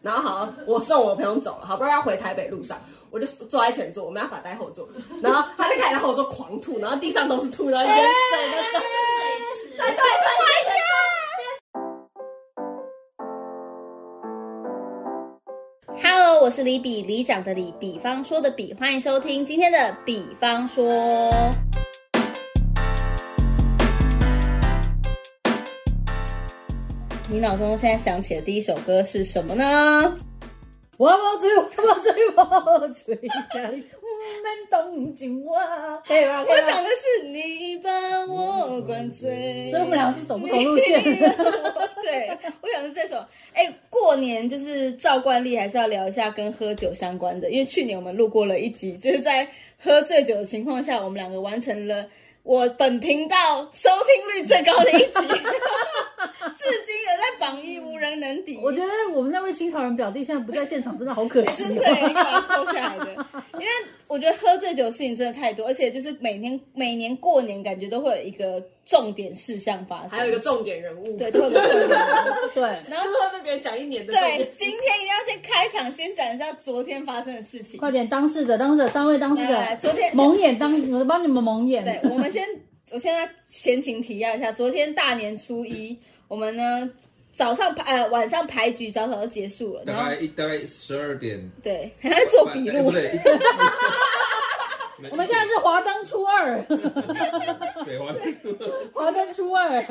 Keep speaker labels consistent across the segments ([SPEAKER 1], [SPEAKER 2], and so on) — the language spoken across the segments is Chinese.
[SPEAKER 1] 然后好，我送我朋友走了，好不容易要回台北路上，我就坐在前座，我没办法待后座，然后他就开始在后座狂吐，然后地上都是吐，然后一边水都走。
[SPEAKER 2] 水
[SPEAKER 1] 对对对，
[SPEAKER 2] 池，Hello，我是李比李长的李，比方说的比，欢迎收听今天的比方说。你脑中现在想起的第一首歌是什么呢？
[SPEAKER 1] 我要不要追我？要不要追我？追家里，我们动静我，可以吗？可
[SPEAKER 2] 我
[SPEAKER 1] 以吗
[SPEAKER 2] 想的是你把我灌醉，
[SPEAKER 1] 嗯所以我们俩是走不同路线。
[SPEAKER 2] 对，我想是这首。哎、过年就是照惯例，还是要聊一下跟喝酒相关的，因为去年我们录过了一集，就是在喝醉酒的情况下，我们两个完成了我本频道收听率最高的一集，至 今仍在榜一，无人能敌。
[SPEAKER 3] 我觉得我们那位新潮人表弟现在不在现场，真的好可惜
[SPEAKER 2] 真的
[SPEAKER 3] 哦。
[SPEAKER 2] 一个人抠下来的，因为我觉得喝醉酒的事情真的太多，而且就是每天每年过年感觉都会有一个重点事项发生，
[SPEAKER 1] 还有一个重点人物，
[SPEAKER 2] 对，都会有一个重点事项。
[SPEAKER 3] 对，
[SPEAKER 2] 然
[SPEAKER 1] 就
[SPEAKER 2] 后
[SPEAKER 1] 是会被别人讲一年的重
[SPEAKER 2] 对
[SPEAKER 1] 点。，
[SPEAKER 2] 今天一定要先开场，先讲一下昨天发生的事情。
[SPEAKER 3] 快点，当事者，当事者，三位当事
[SPEAKER 2] 来
[SPEAKER 3] 者
[SPEAKER 2] 来，来，昨天
[SPEAKER 3] 蒙眼当，我帮你们蒙眼。
[SPEAKER 2] 对，我们先，我现在前情提要一下，昨天大年初一，我们呢早上排呃晚上牌局早早就结束了，然
[SPEAKER 4] 大
[SPEAKER 2] 后
[SPEAKER 4] 概一大概十二点
[SPEAKER 2] 对还在做笔
[SPEAKER 4] 哎不
[SPEAKER 2] 录，
[SPEAKER 4] 对，
[SPEAKER 3] 我们现在是华灯初二，
[SPEAKER 4] 在对，我
[SPEAKER 3] 华灯初二。
[SPEAKER 2] 呃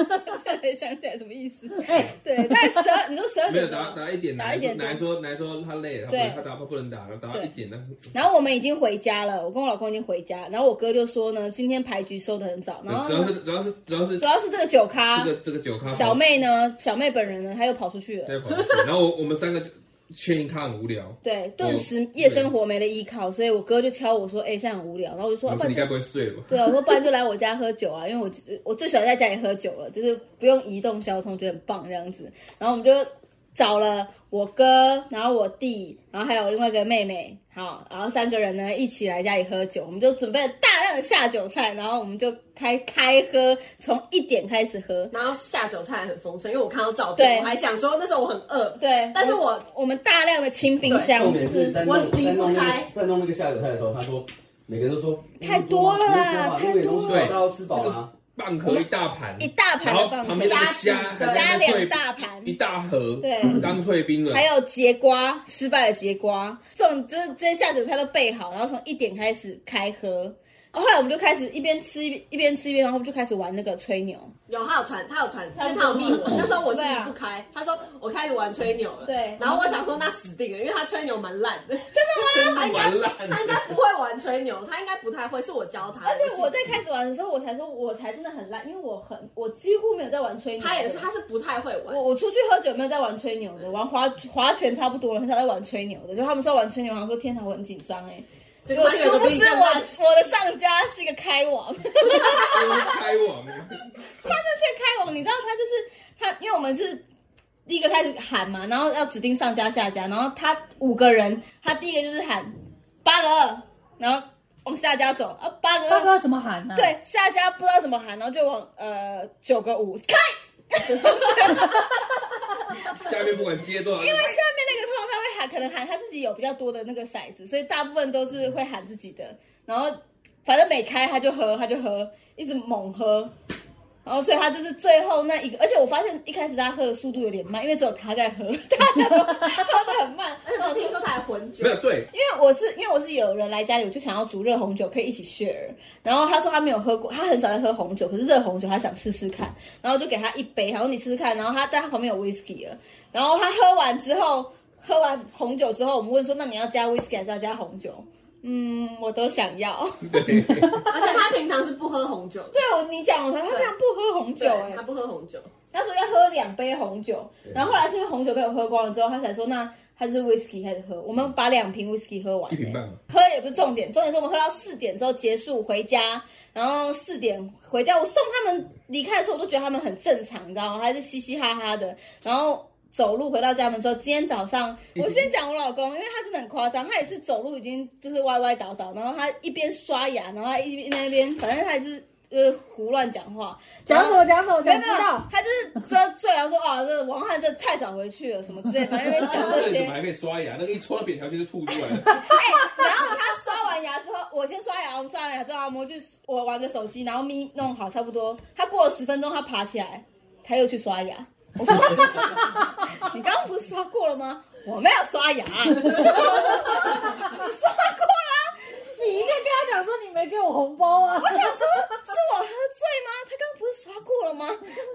[SPEAKER 2] 现在想起来什么意思？
[SPEAKER 3] 哎，
[SPEAKER 2] 对，大概十二，你说十 二
[SPEAKER 4] 没有
[SPEAKER 2] 点
[SPEAKER 4] 打
[SPEAKER 2] 多。
[SPEAKER 4] 打一点，
[SPEAKER 2] 打一点多
[SPEAKER 4] 奶说奶说他累了，他不
[SPEAKER 2] 对
[SPEAKER 4] 能他打他不能打，然后打到
[SPEAKER 2] 对
[SPEAKER 4] 一点嗯呢，
[SPEAKER 2] 然后我们已经回家了，我跟我老公已经回家，然后我哥就说呢，今天牌局收的很早，然后
[SPEAKER 4] 主要
[SPEAKER 2] 呢
[SPEAKER 4] 是主要是主要是
[SPEAKER 2] 主要是这个酒咖
[SPEAKER 4] 这，个哦这个酒咖
[SPEAKER 2] 小妹呢，小妹本人呢，她又跑出去了。
[SPEAKER 4] 在跑出去，然后我我们三个就劝一咖很无聊，
[SPEAKER 2] 对，顿时夜生活没了依靠，所以我哥就敲我说：“哎、现在很无聊。”然后我就说：“
[SPEAKER 4] 我
[SPEAKER 2] 啊不
[SPEAKER 4] 说
[SPEAKER 2] 然
[SPEAKER 4] 你
[SPEAKER 2] 就
[SPEAKER 4] 该不会睡了吧？
[SPEAKER 2] 对啊，我说不然就来我家喝酒啊，因 为我我最喜欢在家里喝酒了，就是不用移动交通，觉得很棒这样子。然后我们就找了我哥，然后我弟，然后还有另外一个妹妹，好，然后三个人呢一起来家里喝酒，我们就准备了大量的下酒菜，然后我们就开开喝，从一点开始喝。
[SPEAKER 1] 然后下酒菜很丰盛，因为我看到照片，
[SPEAKER 2] 对
[SPEAKER 1] 我还想说那时候我很饿，
[SPEAKER 2] 对，
[SPEAKER 1] 但是我
[SPEAKER 2] 我们大量的清冰箱，
[SPEAKER 5] 重
[SPEAKER 2] 就
[SPEAKER 5] 点是在
[SPEAKER 1] 我
[SPEAKER 5] 弄
[SPEAKER 1] 离
[SPEAKER 5] 在
[SPEAKER 1] 不
[SPEAKER 5] 弄那
[SPEAKER 1] 开
[SPEAKER 5] 个在弄那个下酒菜的时候，他说每个人都说嗯
[SPEAKER 2] 太多了啦
[SPEAKER 5] 因为东西
[SPEAKER 2] 太
[SPEAKER 4] 多了
[SPEAKER 5] 大家都吃饱啊了，
[SPEAKER 4] 蚌壳一大盘，
[SPEAKER 2] 一大盘
[SPEAKER 4] 然
[SPEAKER 2] 的
[SPEAKER 4] 后
[SPEAKER 2] 棒
[SPEAKER 4] 旁
[SPEAKER 2] 子
[SPEAKER 4] 边那个
[SPEAKER 1] 虾
[SPEAKER 4] 虾
[SPEAKER 1] 子
[SPEAKER 4] 还在
[SPEAKER 2] 加
[SPEAKER 4] 那边
[SPEAKER 2] 两
[SPEAKER 4] 退
[SPEAKER 2] 大盘，
[SPEAKER 4] 一大盒，
[SPEAKER 2] 对
[SPEAKER 4] 刚退冰了，
[SPEAKER 2] 还有节瓜，失败的节瓜，这种就是这些下酒菜都备好，然后从一点开始开喝。然后后来我们就开始一边吃一边一边吃一边，然后就开始玩那个吹牛。
[SPEAKER 1] 有，他有传，他有传，因
[SPEAKER 2] 差
[SPEAKER 1] 为
[SPEAKER 2] 不
[SPEAKER 1] 他有
[SPEAKER 2] 多
[SPEAKER 1] 密我。那时候我自
[SPEAKER 2] 对
[SPEAKER 1] 己
[SPEAKER 2] 啊
[SPEAKER 1] 不开，他说我开始玩吹牛了。
[SPEAKER 2] 对
[SPEAKER 1] 然后我想说那死定了，因为他吹牛蛮烂的。他应
[SPEAKER 4] 完
[SPEAKER 1] 该
[SPEAKER 4] 烂
[SPEAKER 1] 他应该不会玩吹牛，他应该不太会，是我教他的。
[SPEAKER 2] 而且我
[SPEAKER 1] 记
[SPEAKER 2] 在开始玩的时候，我才说我才真的很烂，因为我很我几乎没有在玩吹
[SPEAKER 1] 得
[SPEAKER 2] 牛。
[SPEAKER 1] 他也是，他是不太会玩
[SPEAKER 2] 我。我出去喝酒没有在玩吹牛的，玩划划拳差不多了，很少在玩吹牛的。就他们说玩吹牛，好像说天哪，我很紧张哎、
[SPEAKER 1] 结果
[SPEAKER 2] 我
[SPEAKER 1] 他有
[SPEAKER 2] 殊
[SPEAKER 1] 个
[SPEAKER 2] 不
[SPEAKER 1] 比你
[SPEAKER 2] 知
[SPEAKER 1] 更
[SPEAKER 2] 我
[SPEAKER 1] 烂。
[SPEAKER 2] 我的上家是一个开网。
[SPEAKER 4] 开网，
[SPEAKER 2] 这开网，你知道他就是他，因为我们是第一个开始喊嘛，然后要指定上家下家，然后他五个人，他第一个就是喊八个二，然后往下家走，啊八个
[SPEAKER 3] 大
[SPEAKER 2] 二，
[SPEAKER 3] 哥怎么喊呢？，
[SPEAKER 2] 对下家不知道怎么喊，然后就往呃九个五开，
[SPEAKER 4] 下面不管接多少，
[SPEAKER 2] 因为下面那个通常他会喊，可能喊他自己有比较多的那个骰子，所以大部分都是会喊自己的，然后反正每开他就喝，他就喝，一直猛喝。然后，所以他就是最后那一个，而且我发现一开始他喝的速度有点慢，因为只有他在喝，大家都喝的很慢。
[SPEAKER 1] 而且
[SPEAKER 2] 然后
[SPEAKER 1] 他
[SPEAKER 2] 我说
[SPEAKER 1] 听说他还混酒
[SPEAKER 4] 没，有对，
[SPEAKER 2] 因为我是因为我是有人来家里，我就想要煮热红酒，可以一起 share。然后他说他没有喝过，他很少在喝红酒，可是热红酒他想试试看，然后就给他一杯，然后你试试看。然后他但他旁边有 whisky 了，然后他喝完之后，喝完红酒之后，我们问说那你要加 whisky 还是要加红酒？嗯，我都想要。
[SPEAKER 1] 而且他平常是不喝红酒的。
[SPEAKER 2] 对我你讲我才他非常不喝红酒哎、
[SPEAKER 1] 对他不喝红酒。
[SPEAKER 2] 他说要喝两杯红酒，然后后来是因为红酒被我喝光了之后，他才说那他就是 whisky 开始喝。我们把两瓶 whisky 喝完、哎
[SPEAKER 4] 一瓶半嘛
[SPEAKER 2] 喝也不是重点，重点是我们喝到四点之后结束回家，然后四点回家，我送他们离开的时候，我都觉得他们很正常，你知道吗？还是嘻嘻哈哈的，然后。走路回到家门之后，今天早上我先讲我老公，因为他真的很夸张，他也是走路已经就是歪歪倒倒，然后他一边刷牙，然后他一边那边，反正他也是就是胡乱讲话，
[SPEAKER 3] 讲什么讲什么
[SPEAKER 2] 没有
[SPEAKER 3] 讲
[SPEAKER 2] 没
[SPEAKER 3] 知
[SPEAKER 2] 有
[SPEAKER 3] 道，，
[SPEAKER 2] 他就是说醉了说啊，这王翰这太早回去了什么之类，反正在讲
[SPEAKER 4] 那
[SPEAKER 2] 这
[SPEAKER 4] 你怎
[SPEAKER 2] 些。
[SPEAKER 4] 么还没刷牙？那个一戳到扁桃腺就吐出来
[SPEAKER 2] 然
[SPEAKER 4] 了。
[SPEAKER 2] 后他刷完牙之后，我先刷牙，我们刷完牙之后，我们去我玩个手机，然后咪弄好差不多，他过了十分钟，他爬起来，他又去刷牙。我说 你刚刚不是刷过了吗？我没有刷牙，我刷过啦。
[SPEAKER 3] 你应该跟他讲说你没给我红包 啊。
[SPEAKER 2] 我想说，是我喝醉吗？他刚不是刷过 了吗？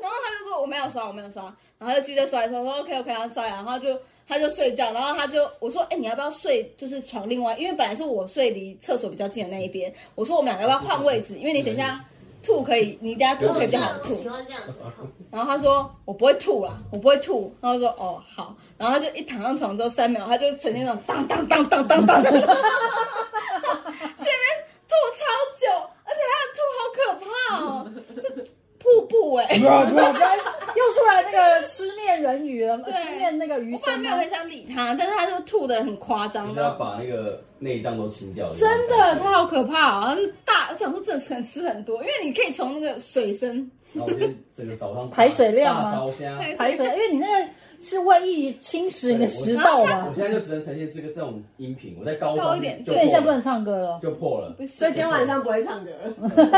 [SPEAKER 2] 然后他就说我没有刷，我没有刷，然后他就继续在刷一刷，说 OK OK，然后啊刷牙，然后就他就睡觉，然后他就我说，哎、你要不要睡就是床另外，因为本来是我睡离厕所比较近的那一边，我说我们两个要不要换位置？因为你等一下吐可以，你等一下吐可以比较好
[SPEAKER 6] 我
[SPEAKER 2] 吐。
[SPEAKER 6] 喜欢这样子看，
[SPEAKER 2] 然后他说我不会吐啦，我不会吐。然后我说哦好，然后他就一躺上床之后三秒，他就呈现那种当当当当当当，前面吐超久，而且他的吐好可怕哦，瀑布哎、
[SPEAKER 3] 又出来那个失恋人鱼了，
[SPEAKER 2] 对
[SPEAKER 3] 失恋那个鱼
[SPEAKER 2] 我本来
[SPEAKER 3] 生
[SPEAKER 2] 没
[SPEAKER 3] 吗
[SPEAKER 2] 有很想理他，但是他就吐的很夸张，
[SPEAKER 5] 就是
[SPEAKER 2] 然
[SPEAKER 5] 要
[SPEAKER 2] 后
[SPEAKER 5] 把那个内脏都清掉。
[SPEAKER 2] 真的他好可怕、哦，他是大，我想说真的可能吃很多，因为你可以从那个水深
[SPEAKER 5] 然后我就整个早上
[SPEAKER 3] 排水量吗
[SPEAKER 5] 大烧虾。
[SPEAKER 3] 排水，因为你那个是为意侵蚀你的啊食道嘛
[SPEAKER 5] 我，现在就只能呈现这个这种音频，我在高
[SPEAKER 2] 高
[SPEAKER 5] 中
[SPEAKER 2] 一点
[SPEAKER 5] 就
[SPEAKER 3] 所以你现在不
[SPEAKER 5] 破
[SPEAKER 3] 能
[SPEAKER 5] 了
[SPEAKER 3] 唱歌了。
[SPEAKER 5] 就破了，嗯
[SPEAKER 2] 不行。
[SPEAKER 1] 所以今天晚上不会唱歌。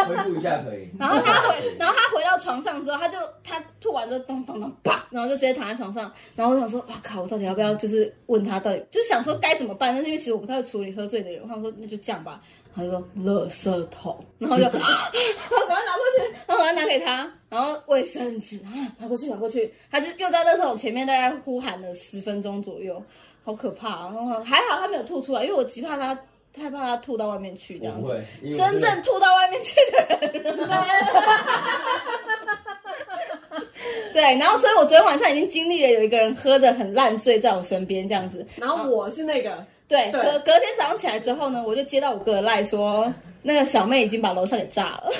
[SPEAKER 5] 恢复一下可以。
[SPEAKER 2] 然后他回，然后他回到床上之后，他就他吐完之后，咚咚咚，啪，然后就直接躺在床上。然后我想说，哇啊靠，我到底要不要就是问他到底， 就想说该怎么办？但是因为其实我不太会处理喝醉的人，我想说那就这样吧。他就说 垃圾桶，然后就，然后赶快拿过去，然后赶快拿给他，然后卫生纸啊拿过去拿过去，他就又在垃圾桶前面大概呼喊了十分钟左右，好可怕、啊！然后还好他没有吐出来，因为我极怕他。害怕他吐到外面去，这
[SPEAKER 5] 我
[SPEAKER 2] 样
[SPEAKER 5] 不
[SPEAKER 2] 子。
[SPEAKER 5] 会，因为我
[SPEAKER 2] 真
[SPEAKER 5] 是
[SPEAKER 2] 正吐到外面去的人。 对，然后所以我昨天晚上已经经历了有一个人喝的很烂醉在我身边这样子。
[SPEAKER 1] 然后我是那个，
[SPEAKER 2] 对，
[SPEAKER 1] 对
[SPEAKER 2] 隔隔天早上起来之后呢，我就接到我哥的赖说，那个小妹已经把楼上给炸 了。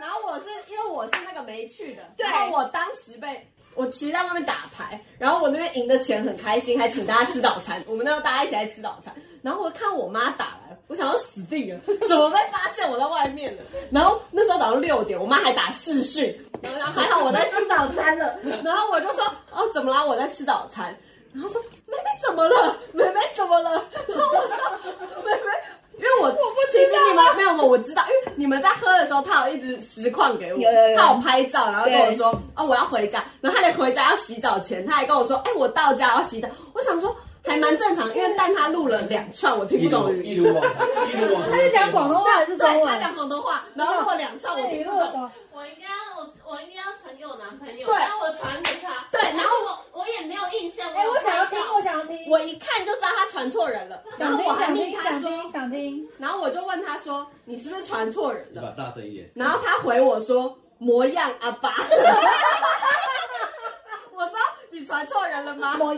[SPEAKER 1] 然后我是因为我是那个没去的，
[SPEAKER 2] 对
[SPEAKER 1] 然后我当时被我其实在外面打牌，然后我那边赢的钱很开心，还请大家吃早餐，我们那时候大家一起来吃早餐，然后我看我妈打来，我想要死定了， 怎么被发现我在外面了？然后那时候早上六点，我妈还打视讯，然后然后还好我在吃早餐了， 然后我就说哦怎么啦？我在吃早餐。然后说妹妹怎么了？妹妹怎么了？ 然后我说妹妹，因为我我不其实你们没有我知道，因为你们在喝的时候，她有一直实况给我，
[SPEAKER 2] 有有有
[SPEAKER 1] 她有拍照，然后跟我说哦我要回家，然后她连回家要洗澡前，她还跟我说哎我到家要洗澡，我想说还蛮正常，因为但她录了两串我听
[SPEAKER 5] 一
[SPEAKER 1] 不懂
[SPEAKER 5] 如
[SPEAKER 1] 语
[SPEAKER 5] 一
[SPEAKER 1] 音。
[SPEAKER 5] 如往常，一如往常。
[SPEAKER 3] 他是讲广东话还是中
[SPEAKER 1] 对，
[SPEAKER 3] 文哎
[SPEAKER 1] 她？哎讲广东话，然后录了两串我
[SPEAKER 3] 对，
[SPEAKER 1] 听
[SPEAKER 3] 你
[SPEAKER 1] 不
[SPEAKER 3] 录了
[SPEAKER 1] 懂
[SPEAKER 3] 什。么？
[SPEAKER 6] 我应该我我应该要传给我男朋友，
[SPEAKER 1] 对
[SPEAKER 6] 但我传给他，
[SPEAKER 1] 对然后
[SPEAKER 6] 我我也没有印象，
[SPEAKER 3] 哎，我想要听，我想要听，
[SPEAKER 1] 我一看就知道她传错人了，然后
[SPEAKER 3] 想听
[SPEAKER 1] 我还
[SPEAKER 3] 想
[SPEAKER 1] 密
[SPEAKER 3] 听
[SPEAKER 1] 她
[SPEAKER 3] 想
[SPEAKER 1] 说
[SPEAKER 3] 听，想听，
[SPEAKER 1] 然后我就问她说你是不是传错人
[SPEAKER 5] 你
[SPEAKER 1] 了
[SPEAKER 5] 把？大声一点。
[SPEAKER 1] 然 后他回我说模样阿爸， 我说你传错人了吗？模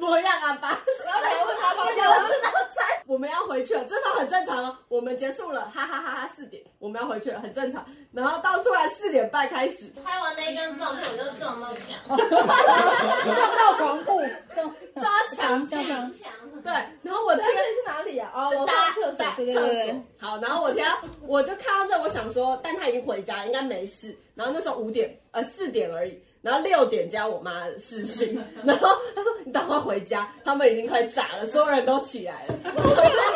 [SPEAKER 1] 模样阿爸，然后才问他方向，我知道在我们要回去了，这时候很正常哦，我们结束了，哈哈哈哈，四点我们要回去了，很正常。然后到突然四点半开 始，
[SPEAKER 6] 拍完那一根照片我就撞到墙，
[SPEAKER 1] 哦
[SPEAKER 3] 撞到床铺， 撞
[SPEAKER 1] 抓墙
[SPEAKER 3] 撞墙，
[SPEAKER 6] 墙，
[SPEAKER 1] 对，然后我听
[SPEAKER 2] 这里是哪里啊？哦，楼上厕所
[SPEAKER 1] 打，
[SPEAKER 2] 对对
[SPEAKER 1] 厕
[SPEAKER 2] 对
[SPEAKER 1] 所。好，然后我听到，我就看到这，我想说，但他已经回家，应该没事。然后那时候五点，呃，四点而已。然后六点加我妈的视讯， 然后他说你赶快回家，他们已经快炸了，所有人都起来了。我跟他
[SPEAKER 3] 讲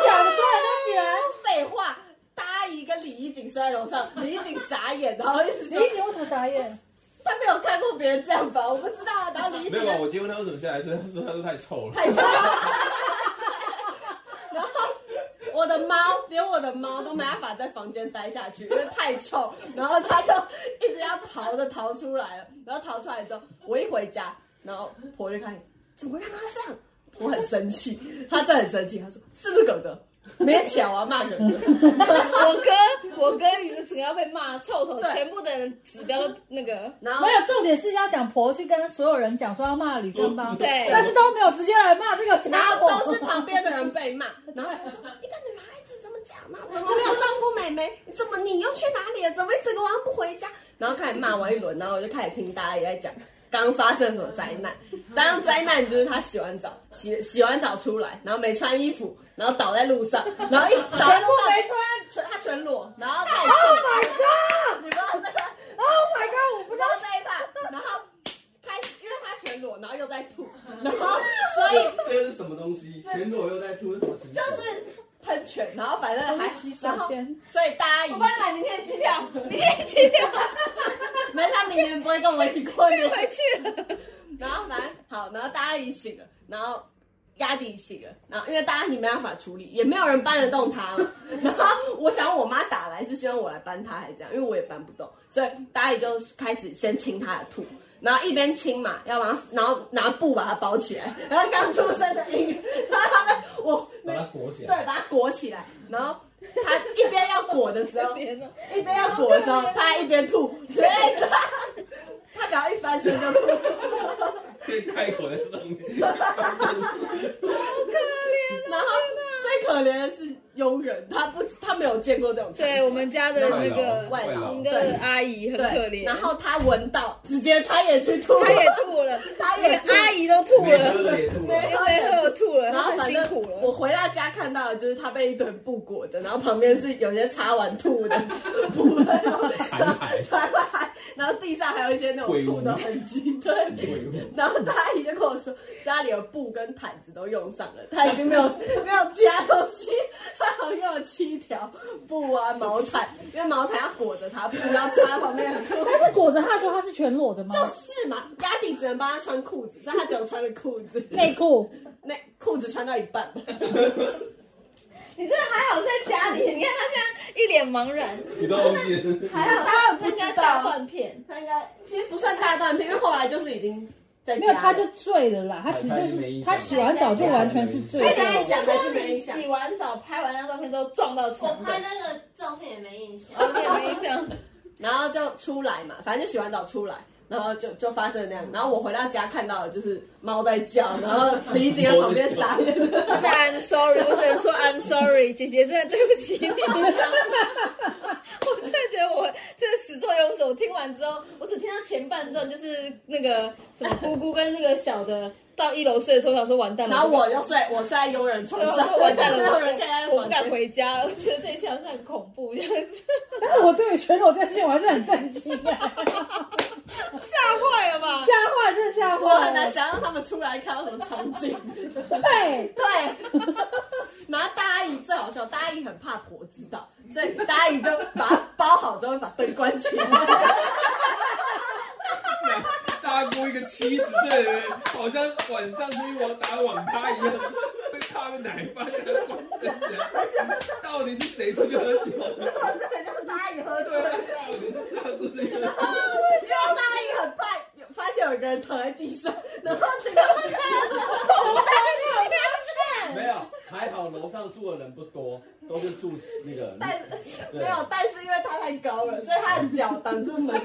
[SPEAKER 1] 讲
[SPEAKER 3] 的所有人都起来。
[SPEAKER 1] 废话，大阿姨跟李怡景摔楼上，李怡景傻眼，然后一直说
[SPEAKER 3] 李景为什么傻眼？
[SPEAKER 1] 他没有看过别人这样吧，我不知道啊。然后李怡
[SPEAKER 4] 没
[SPEAKER 1] 景
[SPEAKER 4] 有吧？我结婚他为什么下来？是他说他说太臭了。
[SPEAKER 1] 太臭了。然后我的猫，连我的猫都没办法在房间待下去，因为太臭。然后它就一直要逃的逃出来了。然后逃出来之后，我一回家，然后婆就看，怎么让它上？我很生气，她真的很生气，她说是不是哥哥？没巧啊，骂哥哥。
[SPEAKER 2] 我哥，我哥，你整个要被骂臭头，
[SPEAKER 1] 对
[SPEAKER 2] 全部的人指标都 那个。
[SPEAKER 1] 然后
[SPEAKER 3] 没有，重点是要讲婆去跟所有人讲说要骂李正邦，
[SPEAKER 2] 对
[SPEAKER 3] 但是都没有直接来骂这个家
[SPEAKER 1] 然
[SPEAKER 3] 伙，
[SPEAKER 1] 后都是旁边的人被 骂，然后他说一个女孩子怎么讲呢？怎么没有照顾妹妹？你怎么你又去哪里了？怎么一整个晚上不回家？然后开始骂我一轮，然后我就开始听大家也在讲。刚发生了什么灾 难。这样灾难就是他洗完澡，洗洗完澡出来，然后没穿衣服，然后倒在路 上，然后一倒在
[SPEAKER 3] 全
[SPEAKER 1] 路
[SPEAKER 3] 部
[SPEAKER 1] 上
[SPEAKER 3] 没穿。
[SPEAKER 1] 全他全裸，然后他也 Oh my god！你不要再看
[SPEAKER 3] Oh my god！我不
[SPEAKER 1] 不
[SPEAKER 3] 知
[SPEAKER 1] 知
[SPEAKER 3] 道
[SPEAKER 1] 道这一趴，然后开始，因为他全裸，然后又在吐，然后所以
[SPEAKER 5] 这个是什么东西？全裸又在吐是什么形
[SPEAKER 1] 就
[SPEAKER 5] 状？
[SPEAKER 1] 是喷泉，然后反正还
[SPEAKER 3] 还洗手
[SPEAKER 1] 然后
[SPEAKER 3] 间。
[SPEAKER 1] 所以大家以
[SPEAKER 6] 我帮你买明天的机票。
[SPEAKER 1] 没事他明年不会跟我一起过年，
[SPEAKER 2] 回去了。
[SPEAKER 1] 然后反正好，然后大家一醒了，然后压底醒了，然后因为大家你没办法处理，也没有人搬得动他嘛。然后我想我妈打来是希望我来搬他，还是这样，因为我也搬不动，所以大家也就开始先清他的吐。然后一边清嘛，要把它，然后拿布把它包起来，然后刚出生的婴儿，然后他们我
[SPEAKER 5] 把它裹起
[SPEAKER 1] 对
[SPEAKER 5] 来。
[SPEAKER 1] 把它裹起来，然后他一边要裹的 时候，
[SPEAKER 2] 别弄
[SPEAKER 1] 一边要裹的 时候，他还一边吐，所以他他只要一翻身 就吐。
[SPEAKER 4] 可以开口在上面，
[SPEAKER 1] 然后最可怜的是佣人，他不他没有见过这种场景
[SPEAKER 2] 对我们家的那个
[SPEAKER 1] 外
[SPEAKER 4] 外
[SPEAKER 1] 劳
[SPEAKER 4] 劳
[SPEAKER 2] 我们的阿姨很
[SPEAKER 1] 对
[SPEAKER 2] 可怜，
[SPEAKER 1] 然后他闻到，直接他也去吐，
[SPEAKER 2] 她也吐了，
[SPEAKER 1] 他
[SPEAKER 2] 那
[SPEAKER 1] 也
[SPEAKER 2] 个阿姨都吐
[SPEAKER 5] 没
[SPEAKER 2] 了，
[SPEAKER 5] 喝的也吐
[SPEAKER 1] 没
[SPEAKER 5] 了。
[SPEAKER 2] 因为喝吐了，
[SPEAKER 1] 然
[SPEAKER 2] 她
[SPEAKER 1] 后
[SPEAKER 2] 很
[SPEAKER 1] 反
[SPEAKER 2] 辛
[SPEAKER 1] 正
[SPEAKER 2] 苦了。
[SPEAKER 1] 我回到家看到的就是他被一堆布裹着，然后旁边是有些擦完吐的布，然后
[SPEAKER 4] 残骸。
[SPEAKER 1] 然后还 然后地上还有一些那种吐的痕迹，对。然后他阿姨就跟我说，家里的布跟毯子都用上了，他已经没有 没有其他东西，他好像有七条布啊毛毯，因为毛毯要裹着他，布要擦旁边的裤子。
[SPEAKER 3] 但是裹着他的时候，他是全裸的吗？
[SPEAKER 1] 就是嘛，家底只能帮他穿裤子，所以他只有穿了裤子，
[SPEAKER 3] 内裤。
[SPEAKER 1] 那裤子穿到一半吧。
[SPEAKER 2] 你这还好在家里，你看她现在一脸茫然，
[SPEAKER 4] 你都忘记了
[SPEAKER 2] 还好
[SPEAKER 1] 她很不
[SPEAKER 2] 她应该
[SPEAKER 1] 知道
[SPEAKER 2] 大断片，
[SPEAKER 1] 他应该其实不算大断片，因为后来就是已经在家
[SPEAKER 3] 没有，
[SPEAKER 1] 了
[SPEAKER 3] 他就醉了哎啦。他其实就是他洗完澡就完全是醉
[SPEAKER 1] 被大家
[SPEAKER 3] 了。
[SPEAKER 1] 讲还是没
[SPEAKER 2] 你
[SPEAKER 1] 影响。
[SPEAKER 2] 洗完澡拍完那张照片之后撞到
[SPEAKER 6] 我
[SPEAKER 2] 墙的，
[SPEAKER 6] 拍那个照片也没印象。
[SPEAKER 1] 哦
[SPEAKER 2] 有点没印象。
[SPEAKER 1] 然后就出来嘛，反正就洗完澡出来，然后就就发生了那样。然后我回到家看到的就是猫在叫，然后李姐在旁边 傻眼。
[SPEAKER 2] 真的 I'm sorry，我只能说 I'm sorry，姐姐真的对不起 你。我真的觉得我这个始作俑者，我听完之后，我只听到前半段，就是那个什么姑姑跟那个小的到一楼睡的时候，想说完蛋了。
[SPEAKER 1] 然后我就睡，我睡在佣人床
[SPEAKER 2] 对，我
[SPEAKER 1] 上，
[SPEAKER 2] 说完蛋
[SPEAKER 1] 没有
[SPEAKER 2] 了，
[SPEAKER 1] 人看在
[SPEAKER 2] 我我不敢
[SPEAKER 1] 房间。
[SPEAKER 2] 回家了，我觉得这一枪是很恐怖，这样子
[SPEAKER 3] 但是我对于全裸这件事情我还是很震惊啊的， 吓
[SPEAKER 2] 吓坏了吧？
[SPEAKER 3] 坏，真的吓
[SPEAKER 1] 我很
[SPEAKER 3] 坏
[SPEAKER 1] 难
[SPEAKER 3] 了。
[SPEAKER 1] 想象他们出来看到什么场景。
[SPEAKER 3] 对，
[SPEAKER 1] 对，然后大阿姨最好笑，大阿姨很怕婆知道，所以大阿姨就把它包好之后把灯关起来。
[SPEAKER 4] 大姑一个七十岁的人，好像晚上出去网打网咖一样，被咖啡奶爸给他关灯的。到底是谁出去喝酒？
[SPEAKER 1] 大阿姨喝醉
[SPEAKER 4] 对
[SPEAKER 1] 了，
[SPEAKER 4] 啊，到底是大姑出去喝酒？
[SPEAKER 1] 然后大阿姨很怕，发现有一个人躺在地上，然后这个
[SPEAKER 5] 没有，还好楼上住的人不多，都是住那个。
[SPEAKER 1] 但
[SPEAKER 5] 对
[SPEAKER 1] 没有，但是因为他太高了，所以他的脚挡住门。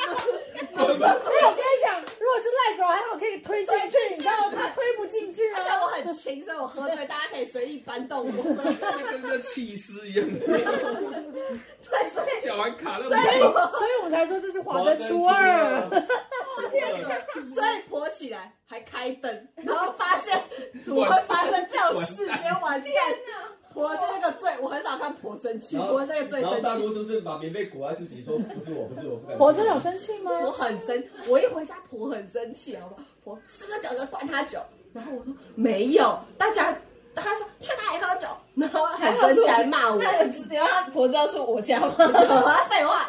[SPEAKER 3] 没有，我跟你讲，如果是赖床，还好可以推进去，你知道吗他推不进去
[SPEAKER 1] 而且我
[SPEAKER 3] 啊。
[SPEAKER 1] 很轻，所以我喝醉，大家可以随意搬动我。
[SPEAKER 4] 那跟那弃尸一样，
[SPEAKER 1] 对，所以
[SPEAKER 4] 脚还卡到
[SPEAKER 3] 所以，
[SPEAKER 4] 脚。
[SPEAKER 3] 所以我才说这是华灯初二。
[SPEAKER 1] 所以婆起来还开灯，然后发现怎么会发生这种事？直接完 蛋！婆是那个最，我很少看婆生 气，
[SPEAKER 5] 然
[SPEAKER 1] 婆
[SPEAKER 5] 后
[SPEAKER 1] 是那个最
[SPEAKER 5] 然后
[SPEAKER 1] 生
[SPEAKER 5] 大
[SPEAKER 1] 气。
[SPEAKER 5] 姑是不是把棉被裹在自己，说不是我，不是我，不敢。
[SPEAKER 3] 我真的有生气吗？
[SPEAKER 1] 我很生，我一回家婆很生气，好不好？婆是不是哥哥灌他酒？然后我说没有，大家他说去哪里喝酒？然后很生气还骂我。
[SPEAKER 2] 那有知有让婆知道是我家吗？
[SPEAKER 1] 啊，废话，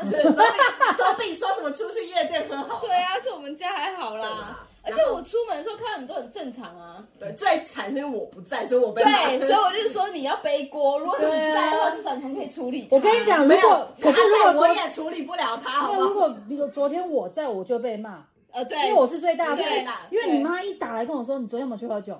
[SPEAKER 1] 总比说什么出去夜店喝好。
[SPEAKER 2] 对啊，是我们家还好
[SPEAKER 1] 对
[SPEAKER 2] 啦
[SPEAKER 1] 啦。
[SPEAKER 2] 而且我出门的时候看到很多很正常啊，
[SPEAKER 1] 对，最惨是因为我不在，所以我被骂。
[SPEAKER 2] 对，所以我就说你要背锅，如果你在的话，至少你还可以处理它。
[SPEAKER 3] 我跟你讲，
[SPEAKER 1] 没
[SPEAKER 3] 如
[SPEAKER 1] 有
[SPEAKER 3] 果可是如
[SPEAKER 1] 他在
[SPEAKER 3] 果
[SPEAKER 1] 我
[SPEAKER 3] 昨
[SPEAKER 1] 也处理不了他，好啊
[SPEAKER 3] 那
[SPEAKER 1] 不
[SPEAKER 3] 如
[SPEAKER 1] 好？
[SPEAKER 3] 果比如昨天我在，我就被骂，
[SPEAKER 2] 呃，对，
[SPEAKER 3] 因为我是最大的
[SPEAKER 2] 对。
[SPEAKER 3] 因为
[SPEAKER 2] 对
[SPEAKER 3] 你妈一打来跟我说，你昨天有没有去喝酒？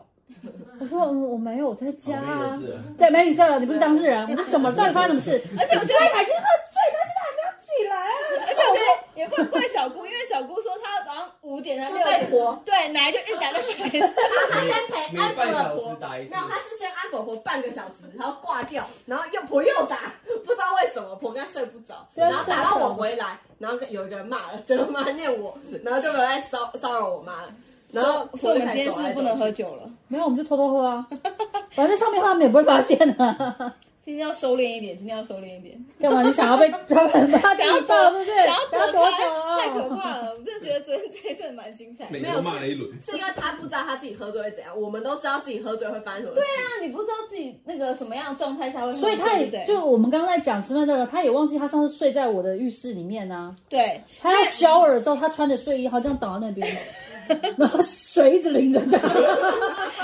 [SPEAKER 3] 我说嗯我没有，我在家
[SPEAKER 5] 哦没
[SPEAKER 3] 啊
[SPEAKER 5] 有。事。
[SPEAKER 3] 对，没你事了，你不是当事 人。我说怎么到底发生什么事？
[SPEAKER 2] 而且我觉得
[SPEAKER 3] 海星喝醉，但是他还没有起来啊。
[SPEAKER 2] 而且我觉得也不能怪小姑，因为小姑说她早上五点她
[SPEAKER 1] 是
[SPEAKER 2] 六
[SPEAKER 1] 被
[SPEAKER 2] 点，
[SPEAKER 1] 婆，
[SPEAKER 2] 对，奶就一直打在孩子。
[SPEAKER 1] 他先陪
[SPEAKER 5] 每
[SPEAKER 1] 安
[SPEAKER 5] 半
[SPEAKER 1] 抚了
[SPEAKER 5] 小
[SPEAKER 1] 婆
[SPEAKER 5] 时，打一
[SPEAKER 1] 没
[SPEAKER 5] 次
[SPEAKER 1] 有，，他是先安抚婆半个小时，然后 挂掉，然后又婆又打，不知道为什么婆跟他睡不着，
[SPEAKER 3] 对啊
[SPEAKER 1] 然后打到我回来，然后有一个人骂了，整个骂念我，然后就没有再骚骚扰我妈了。然后
[SPEAKER 2] 所以我
[SPEAKER 1] 就
[SPEAKER 2] 们
[SPEAKER 1] 开始
[SPEAKER 2] 今天
[SPEAKER 1] 走
[SPEAKER 2] 是
[SPEAKER 1] 来走去
[SPEAKER 2] 不是不能喝酒了？
[SPEAKER 3] 没有，我们就偷偷喝啊，反正上面他们也不会发现的、啊。
[SPEAKER 2] 今天要收敛一点，今天要收敛一点。
[SPEAKER 3] 干嘛？你想 要被他们把
[SPEAKER 2] 想要
[SPEAKER 3] 自己爆
[SPEAKER 2] 躲
[SPEAKER 3] 是不是？
[SPEAKER 2] 想要
[SPEAKER 3] 想要
[SPEAKER 2] 躲开哦
[SPEAKER 3] 多久啊？
[SPEAKER 2] 太可怕了！我真的觉得昨天这一阵蛮精彩的。
[SPEAKER 4] 每
[SPEAKER 2] 对
[SPEAKER 4] 个人骂了一轮，
[SPEAKER 1] 是因为他不知道他自己喝醉会怎样，我们都知道自己喝醉会发生什么事。
[SPEAKER 2] 啊，你不知道自己那个什么样的状态下会喝酒，
[SPEAKER 3] 所以他
[SPEAKER 2] 对不对
[SPEAKER 3] 也就我们刚刚在讲吃饭这个，他也忘记他上次睡在我的浴室里 面啊。
[SPEAKER 2] 对，
[SPEAKER 3] 他要 shower 的时候，他穿着睡衣好像倒在那边， 然后水一直淋着他。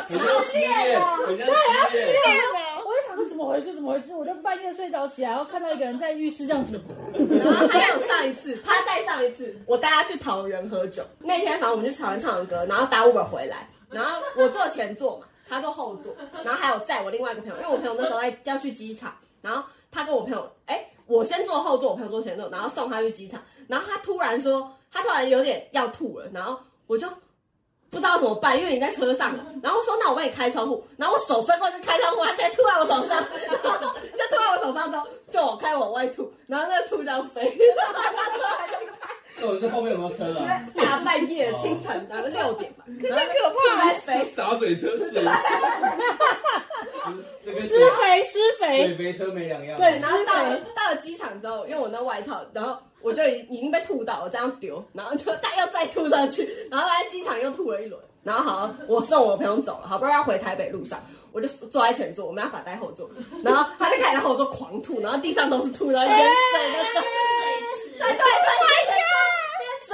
[SPEAKER 5] 很像失恋，
[SPEAKER 1] 哦
[SPEAKER 5] 很像失恋。
[SPEAKER 2] 对啊
[SPEAKER 3] 我就想说怎么回事？怎么回事？我就半夜睡着起来，然后看到一个人在浴室这 样子。
[SPEAKER 1] 然后还有上一次，他再上一次，我带他去桃园喝酒。那天反正我们去桃园唱完歌，然后打 Uber 回来，然后我坐前座嘛，他坐后座，然后还有载我另外一个朋友，因为我朋友那时候在要去机场，然后他跟我朋友，哎，我先坐后座，我朋友坐前座，然后送他去机场，然后他突然说，他突然有点要吐了，然后我就。不知道怎么办，因为你在车上了。然后我说：“那我帮你开窗户。”然后我手伸过去开窗户，他直接吐在我手上， 然后就吐在我手上之后，就我开往外吐，然后那个吐这样飞，
[SPEAKER 5] 到底是后面有没有车啊？
[SPEAKER 1] 大半夜清晨，然后六点吧，然后
[SPEAKER 2] 太可
[SPEAKER 1] 吐
[SPEAKER 2] 怕
[SPEAKER 1] 在
[SPEAKER 2] 了！
[SPEAKER 1] 飞。
[SPEAKER 4] 洒水车水，
[SPEAKER 5] 这跟
[SPEAKER 3] 施肥，施
[SPEAKER 5] 水
[SPEAKER 3] 肥，
[SPEAKER 5] 肥车没两样。
[SPEAKER 1] 对，然后到了到了机场之后，因为我那外套，然后我就已已经被吐到，我这样丢，然后就他又再吐上去，然后在机场又吐了一轮，然后好，我送我朋友走了，好不容易要回台北路上，我就坐在前座，我没办法待后座，然后他就开始在后座狂吐，然后地上都是吐，然后一边水的走。